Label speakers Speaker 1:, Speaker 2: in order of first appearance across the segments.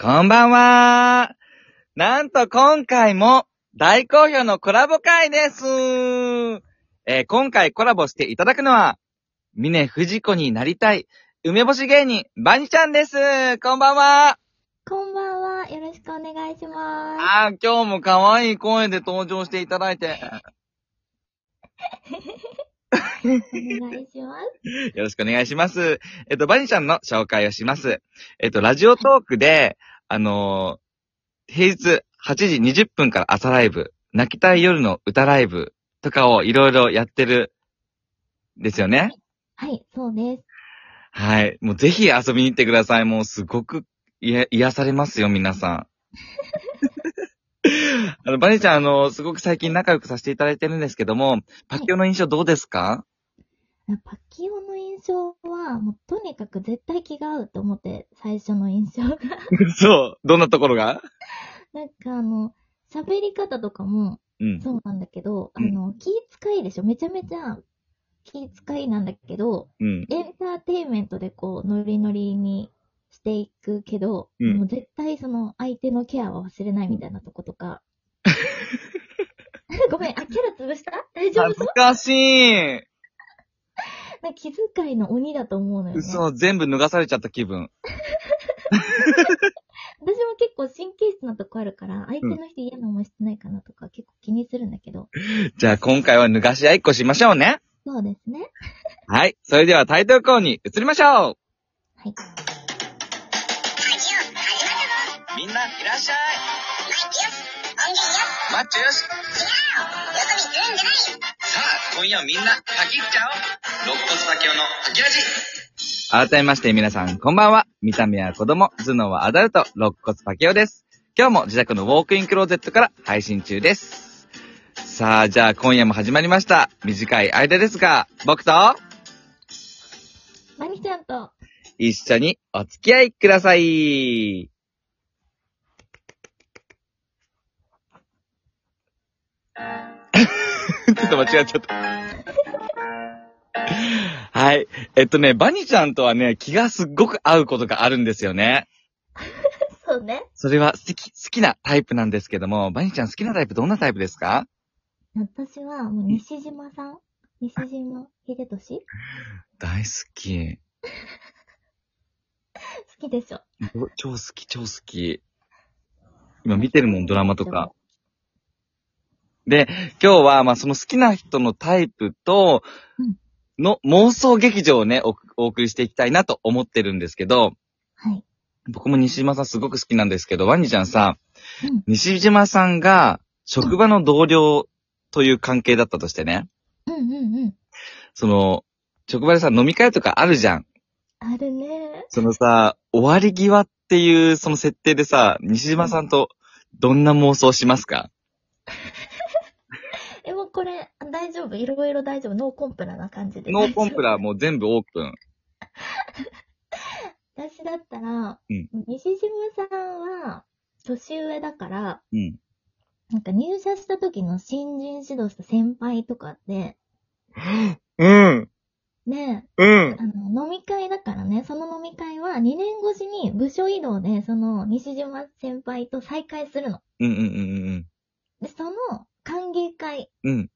Speaker 1: こんばんはなんと今回も大好評のコラボ会ですえー今回コラボしていただくのは、峰藤子になりたい、梅干し芸人、バニちゃんですこんばんは
Speaker 2: こんばんは。よろしくお願いしま
Speaker 1: あー、今日も可愛い声で登場していただいて、
Speaker 2: す。お願いします。
Speaker 1: よろしくお願いします。えっと、バニちゃんの紹介をします。えっと、ラジオトークで、あのー平日8時20分から朝ライブ、泣きたい夜の歌ライブとかをいろいろやってる、ですよね。
Speaker 2: はい、そうです。
Speaker 1: はい。もうぜひ遊びに行ってください。もうすごくいや癒されますよ、皆さん。 あの、バニちゃん、あの、すごく最近仲良くさせていただいてるんですけども、パッキオの印象どうですか、
Speaker 2: パキオの印象は、もうとにかく絶対気が合うと思って、最初の印象が。
Speaker 1: そう。どんなところが
Speaker 2: なんかあの、喋り方とかも
Speaker 1: うん。
Speaker 2: そうなんだけど、
Speaker 1: う
Speaker 2: あ
Speaker 1: ん
Speaker 2: の、気遣いでしょ。めちゃめちゃ気遣いなんだけど、
Speaker 1: うん。
Speaker 2: エンターテインメントでこう、ノリノリにしていくけど、
Speaker 1: うん
Speaker 2: もう絶対その相手のケアは忘れないみたいなとこ とか。ごめん、あ、キャラ潰した大丈夫
Speaker 1: 恥ずかしい。
Speaker 2: なんか気遣いの鬼だと思うのよね。私も
Speaker 1: 嘘、全部脱がされちゃった気分。
Speaker 2: 結構神経質なとこあるから、相手の人嫌な思いしてないかなとか結構気にするんだけど。
Speaker 1: じゃあ今回は脱がし合いっこしましょうね。
Speaker 2: そうですね。
Speaker 1: はい。それではタイトルコールに移りましょう
Speaker 2: はい。
Speaker 1: みんないらっしゃいマッチよしさあ、今夜みんな、パキっちゃおう肋骨パキオのパキラジ改めまして皆さん、こんばんは。見た目は子供、頭脳はアダルト、肋骨パキオです。今日も自宅のウォークインクローゼットから配信中です。さあ、じゃあ今夜も始まりました。短い間ですが、僕と、
Speaker 2: まにちゃんと、
Speaker 1: 一緒にお付き合いください。 ちょっと間違っちゃった。はい。えっとね、バニちゃんとはね、気がすっごく合うことがあるんですよね。
Speaker 2: そうね。
Speaker 1: それは好き、好きなタイプなんですけども、バニちゃん好きなタイプどんなタイプですか
Speaker 2: 私はもう西島さん。西島秀俊
Speaker 1: 大好き。
Speaker 2: 好きでしょ。
Speaker 1: 超好き、超好き。今見てるもん、ドラマとか。。で、今日は、まあ、その好きな人のタイプと
Speaker 2: うん、
Speaker 1: の妄想劇場をね、おお送りしていきたいなと思ってるんですけど、
Speaker 2: はい。
Speaker 1: 僕も西島さんすごく好きなんですけど、ワニちゃんさ、
Speaker 2: うん
Speaker 1: 西島さんが職場の同僚という関係だったとしてね、
Speaker 2: うんうんうん。
Speaker 1: その、職場でさ、飲み会とかあるじゃん。
Speaker 2: あるね。
Speaker 1: そのさ、終わり際っていうその設定でさ、西島さんとどんな妄想しますか
Speaker 2: え、もうこれ、大丈夫。いろいろ大丈夫。ノーコンプラな感じで。
Speaker 1: ノーコンプラもう全部オープン。
Speaker 2: 私だったら、
Speaker 1: うん
Speaker 2: 西島さんは、年上だから、
Speaker 1: うん。
Speaker 2: なんか入社した時の新人指導した先輩とかって、
Speaker 1: うん。
Speaker 2: ね
Speaker 1: うん
Speaker 2: え、。あの、飲み会だからね、その飲み会は2年越しに部署移動で、その西島先輩と再会するの。
Speaker 1: うんうんうん
Speaker 2: で、その歓迎会
Speaker 1: うん。うん。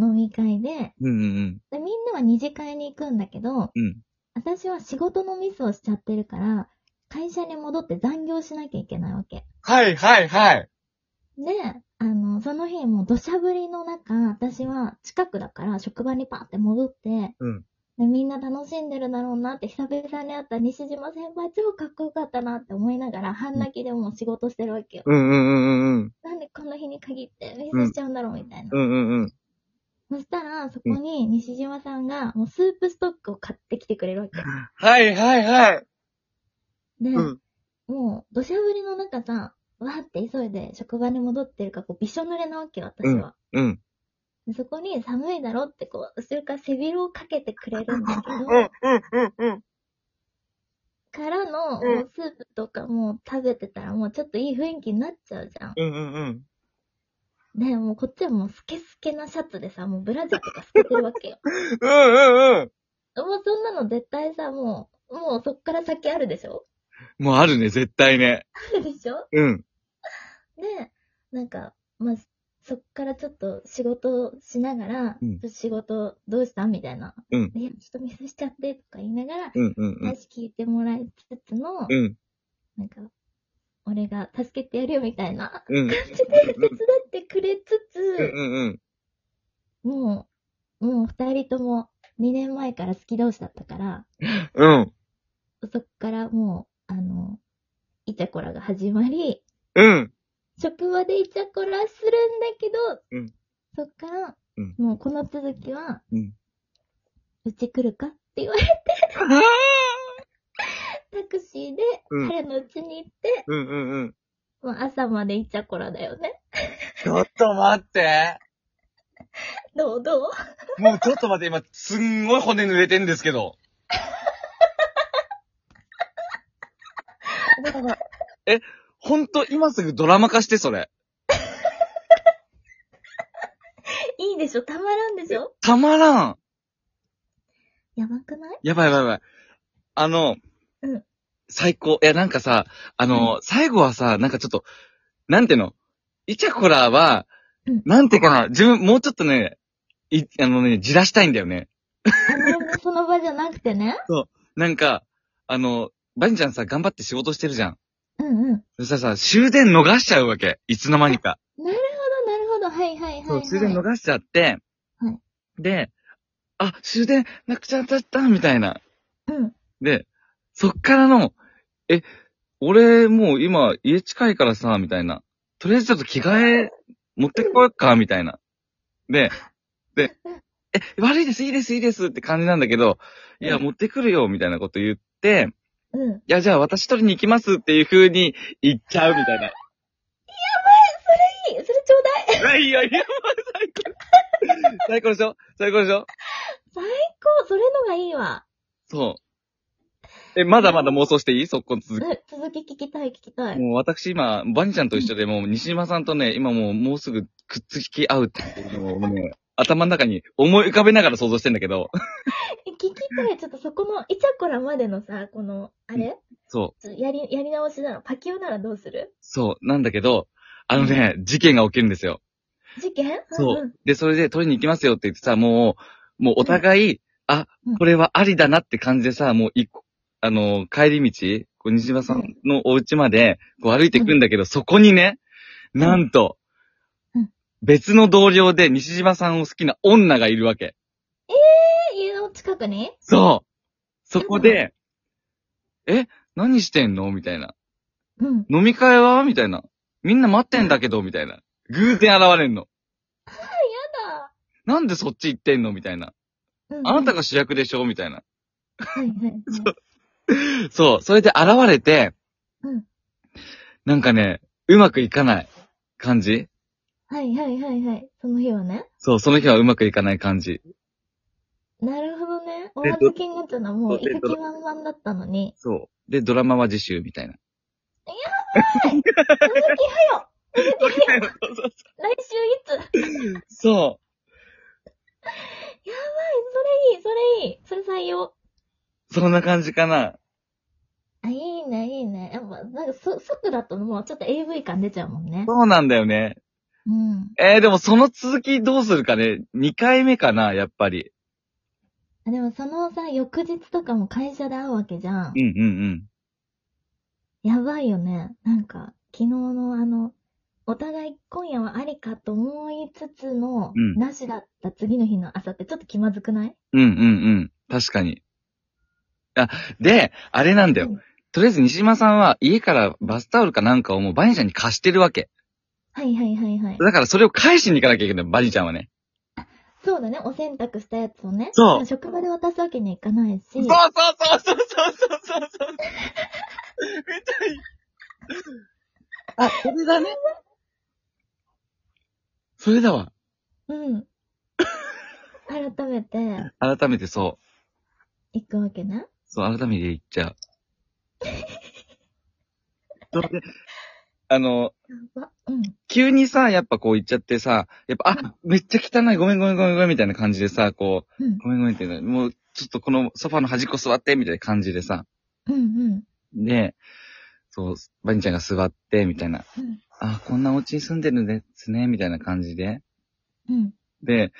Speaker 2: の飲み会で、
Speaker 1: うんうん
Speaker 2: でみんなは二次会に行くんだけど、
Speaker 1: うん。うん。
Speaker 2: 私は仕事のミスをしちゃってるから、会社に戻って残業しなきゃいけないわけ。
Speaker 1: はいはいはい。
Speaker 2: で、あの、その日もう土砂降りの中、私は近くだから職場にパって戻って、
Speaker 1: うん
Speaker 2: で、みんな楽しんでるだろうなって、久々に会った西島先輩超かっこよかったなって思いながら、半泣きでもう仕事してるわけよ。
Speaker 1: うんうんうんうん。
Speaker 2: なんでこの日に限ってミスしちゃうんだろうみたいな。
Speaker 1: うんうんうん。
Speaker 2: そしたら、そこに西島さんがもうスープストックを買ってきてくれるわけ。
Speaker 1: はいはいはい。
Speaker 2: で、
Speaker 1: うん
Speaker 2: もう土砂降りの中さ、わーって急いで職場に戻ってるから、こうびしょ濡れなわけよ、私は。
Speaker 1: うん。
Speaker 2: でそこに寒いだろってこう、後ろから背広をかけてくれるんだけど、
Speaker 1: うんうんうん
Speaker 2: からの、
Speaker 1: うん
Speaker 2: もうスープとかもう食べてたらもうちょっといい雰囲気になっちゃうじゃん。
Speaker 1: うんうんうん。
Speaker 2: で、もうこっちはもうスケスケなシャツでさ、もうブラジャーとか透けてる わけよ。
Speaker 1: うんうんうん。
Speaker 2: もうそんなの絶対さ、もう、もうそっから先あるでしょ
Speaker 1: もうあるね、絶対ね。
Speaker 2: あるでしょ
Speaker 1: うん。
Speaker 2: で、なんか、まあ、そっからちょっと仕事をしながら、
Speaker 1: うん
Speaker 2: ちょっと仕事どうしたみたいな。
Speaker 1: うん
Speaker 2: いや、ちょっとミスしちゃってとか言いながら、
Speaker 1: うんうんうん。
Speaker 2: 話聞いてもらいつつの、
Speaker 1: うん。
Speaker 2: なんか、俺が助けてやるよみたいな
Speaker 1: うん。
Speaker 2: 感じで手伝ってくれつ
Speaker 1: う
Speaker 2: つ、
Speaker 1: んうん。
Speaker 2: もう、もう二人とも2年前から好き同士だったから、
Speaker 1: うん。
Speaker 2: そっからもう、あの、イチャコラが始まり、
Speaker 1: うん。
Speaker 2: 職場でイチャコラするんだけど、
Speaker 1: うん
Speaker 2: そっから、
Speaker 1: うん
Speaker 2: もうこの続きは、
Speaker 1: うん。
Speaker 2: うち来るかって言われ、タクシーで
Speaker 1: うん
Speaker 2: 彼の家に行って、
Speaker 1: うんうんうん。
Speaker 2: もう朝までイチャコラだよね。
Speaker 1: ちょっと待って。
Speaker 2: どうどう
Speaker 1: もうちょっと待って、今、すんごい骨濡れてんですけど。え、ほんと今すぐドラマ化して、それ。
Speaker 2: いいでしょたまらんでしょ
Speaker 1: たまらん。
Speaker 2: やばくない
Speaker 1: やばいやばいやばい。あの、
Speaker 2: うん
Speaker 1: 最高。いや、なんかさ、あの、最後はさ、なんかちょっと、なんていうの、イチャコラは、
Speaker 2: うん
Speaker 1: なんていうかな、自分、もうちょっとね、い、あのね、じらしたいんだよね。
Speaker 2: あの、その場じゃなくてね。
Speaker 1: なんか、あの、バニちゃんさ、頑張って仕事してるじゃん。
Speaker 2: うんうん。なる
Speaker 1: そしたらさ、終電逃しちゃうわけ。いつの間にか。
Speaker 2: ほど、なるほど。はいはいはい、はい。
Speaker 1: そう、終電逃しちゃって、
Speaker 2: はい
Speaker 1: で、あ、終電なくちゃったった、みたいな。
Speaker 2: うん。
Speaker 1: で、そっからの、え、俺もう今家近いからさ、みたいな。とりあえずちょっと着替え持ってこよっか、みたいな。で、で、え、悪いです、いいです、いいですって感じなんだけど、いや、
Speaker 2: うん
Speaker 1: 持ってくるよ、みたいなこと言って、
Speaker 2: うん。
Speaker 1: いや、じゃあ私取りに行きますっていう風に言っちゃう、みたいな。
Speaker 2: いいそれちょうだい。
Speaker 1: いやいやいや、もう最高。最高でしょ最高でしょ
Speaker 2: こう、それのがいいわ。
Speaker 1: そう。え、まだまだ妄想していいそこ続き。
Speaker 2: うん続き聞きたい、聞きたい。
Speaker 1: もう私今、バニちゃんと一緒で、もう西島さんとね、今もうもうすぐくっつき合うっていうのをもうね、頭の中に思い浮かべながら想像してんだけど、
Speaker 2: え聞きたい。ちょっとそこの、イチャコラまでのさ、この、あれ
Speaker 1: そう、
Speaker 2: ちょやり、やり直しなら、パキオならどうする
Speaker 1: そう、なんだけど、あのね、事件が起きるんですよ。
Speaker 2: 事件
Speaker 1: そ
Speaker 2: んん
Speaker 1: う。で、それで取りに行きますよって言ってさ、もう、もうお互い、あ
Speaker 2: うん、
Speaker 1: これはありだなって感じでさ、もう一個、あの、帰り道、こう西島さんのお家まで、こう歩いていくんだけど、そこにね、なんと
Speaker 2: うん、
Speaker 1: 別の同僚で西島さんを好きな女がいるわけ。
Speaker 2: え、家の近くに
Speaker 1: そうそこで、え、何してんのみたいな。
Speaker 2: うん。
Speaker 1: 飲み会はみたいな。みんな待ってんだけどみたいな。偶然現れんの。
Speaker 2: た
Speaker 1: なんでそっち行ってんのみたいな。
Speaker 2: だ。
Speaker 1: あなた
Speaker 2: が。
Speaker 1: が主役でしょみたいな。
Speaker 2: はいはいはい。
Speaker 1: そう。それで現れて、
Speaker 2: うん
Speaker 1: なんかね、うまくいかない感じ
Speaker 2: はいはいはいはい。その日はね。
Speaker 1: そう、その日はうまくいかない感じ。
Speaker 2: なるほどね。お預けになっちゃうのはもう、
Speaker 1: で
Speaker 2: 行く気満々だった のに。
Speaker 1: そう。で、ドラマは次週み たいな。
Speaker 2: 続きはよ来週いつ
Speaker 1: そう。
Speaker 2: はい、それいい、それいい。それ採用。
Speaker 1: そんな感じかな。
Speaker 2: あ、いいね、いいね。やっぱ、なんか、そ、即だともうちょっと AV 感出ちゃうもんね。
Speaker 1: そうなんだよね。
Speaker 2: うん。
Speaker 1: えー、でもその続きどうするかね。2回目かな、やっぱり。
Speaker 2: あでもそのさ、翌日とかも会社で会うわけじゃん
Speaker 1: う。んうん
Speaker 2: やばいよね。なんか、昨日のあの、お互い今夜はありかと思いつつの、
Speaker 1: うん
Speaker 2: なしだった次の日の朝ってちょっと気まずくない
Speaker 1: うん。うんうんうん。確かに。あ、で、あれなんだよ。
Speaker 2: うん
Speaker 1: とりあえず西島さんは家からバスタオルかなんかをもうバニーちゃんに貸してるわけ。
Speaker 2: はいはいはいはい。
Speaker 1: だからそれを返しに行かなきゃいけない、バニーちゃんはね。
Speaker 2: そうだね、お洗濯したやつをね。
Speaker 1: そう
Speaker 2: 職場で渡すわけにはいかないし。
Speaker 1: そうそうそうそうそうそうそうそう。みたい。あ、それだね。それだわ。
Speaker 2: うん。改めて、
Speaker 1: 改めてそう。
Speaker 2: 行くわけね。
Speaker 1: そう、改めて言っち ゃう。そうであの、
Speaker 2: わうん。
Speaker 1: 急にさ、やっぱこう言っちゃってさ、やっぱ、
Speaker 2: う
Speaker 1: あ、めっちゃ汚い、ごめんごめんごめんごめんみたいな感じでさ、こう、
Speaker 2: うん。
Speaker 1: ごめんごめんって、もう、ちょっとこのソファの端っこ座って、みたいな感じでさ、
Speaker 2: うんうん。
Speaker 1: で、そう、バニーちゃんが座って、みたいな。
Speaker 2: うん
Speaker 1: あ、こんなお家に住んでるんですね、みたいな感じで。
Speaker 2: うん。
Speaker 1: で、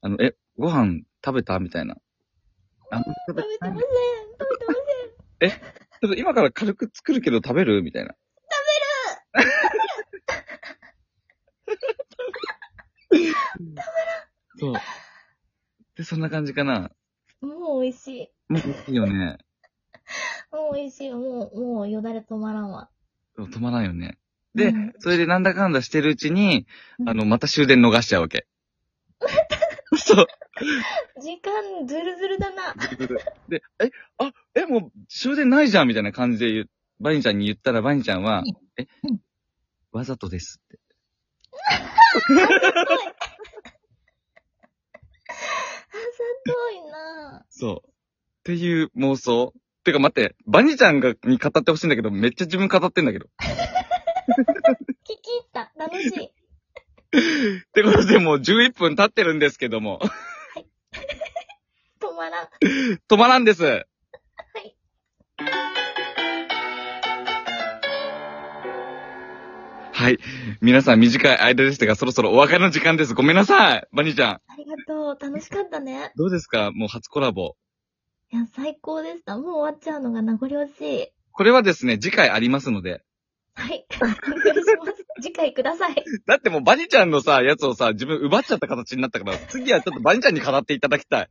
Speaker 1: あの、え、ご飯食べたみたいな。あんまり食
Speaker 2: 食べ
Speaker 1: べて
Speaker 2: てま
Speaker 1: ないち
Speaker 2: せん
Speaker 1: ょ
Speaker 2: 食べてませ
Speaker 1: っ
Speaker 2: ん
Speaker 1: と今から軽く作るけど食べるみたいな。食べる食べるそう。で、そんな感じかな。
Speaker 2: もう美味しい。
Speaker 1: もういいよね。
Speaker 2: もう美味しい。もう、もうよだれ止まらんわ。
Speaker 1: 止まらんよね。で
Speaker 2: うん
Speaker 1: それでなんだかんだしてるうちに、
Speaker 2: うん
Speaker 1: あの、また終電逃しちゃうわけ。そう。
Speaker 2: 時間ずるずるだな。
Speaker 1: で、え、あ、え、もう終電ないじゃんみたいな感じで言う、バニーちゃんに言ったらバニーちゃんは、え
Speaker 2: うん、
Speaker 1: わざとですって。
Speaker 2: あざといな。
Speaker 1: そう。っていう妄想。てか待って、バニーちゃんがに語ってほしいんだけど、めっちゃ自分語ってんだけど。
Speaker 2: 聞き入った。楽しい。
Speaker 1: ってことでもう11分経ってるんですけども、
Speaker 2: 止まらん。
Speaker 1: 止まらんです。
Speaker 2: はい。
Speaker 1: はい。皆さん短い間でしたが、そろそろお別れの時間です。ごめんなさい。バニーちゃん。
Speaker 2: ありがとう。楽しかったね。
Speaker 1: どうですかもう初コラボ。
Speaker 2: いや、最高でした。もう終わっちゃうのが名残惜しい。
Speaker 1: これはですね、次回ありますので。
Speaker 2: はい。 お願いします。次回ください。
Speaker 1: だってもうバニーちゃんのさ、やつをさ、自分奪っちゃった形になったから、次はちょっとバニーちゃんに語っていただきたい。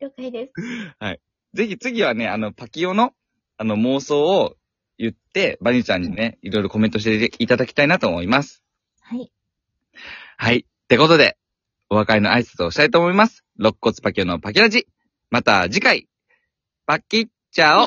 Speaker 2: 了解です。
Speaker 1: ぜひ次はね、あの、パキオの、あの、妄想を言って、バニーちゃんにね、いろいろコメントしていただきたいなと思います。
Speaker 2: はい。
Speaker 1: はい。ってことで、お別れの挨拶をしたいと思います。肋骨パキオのパキラジ。また次回、パキッチャオ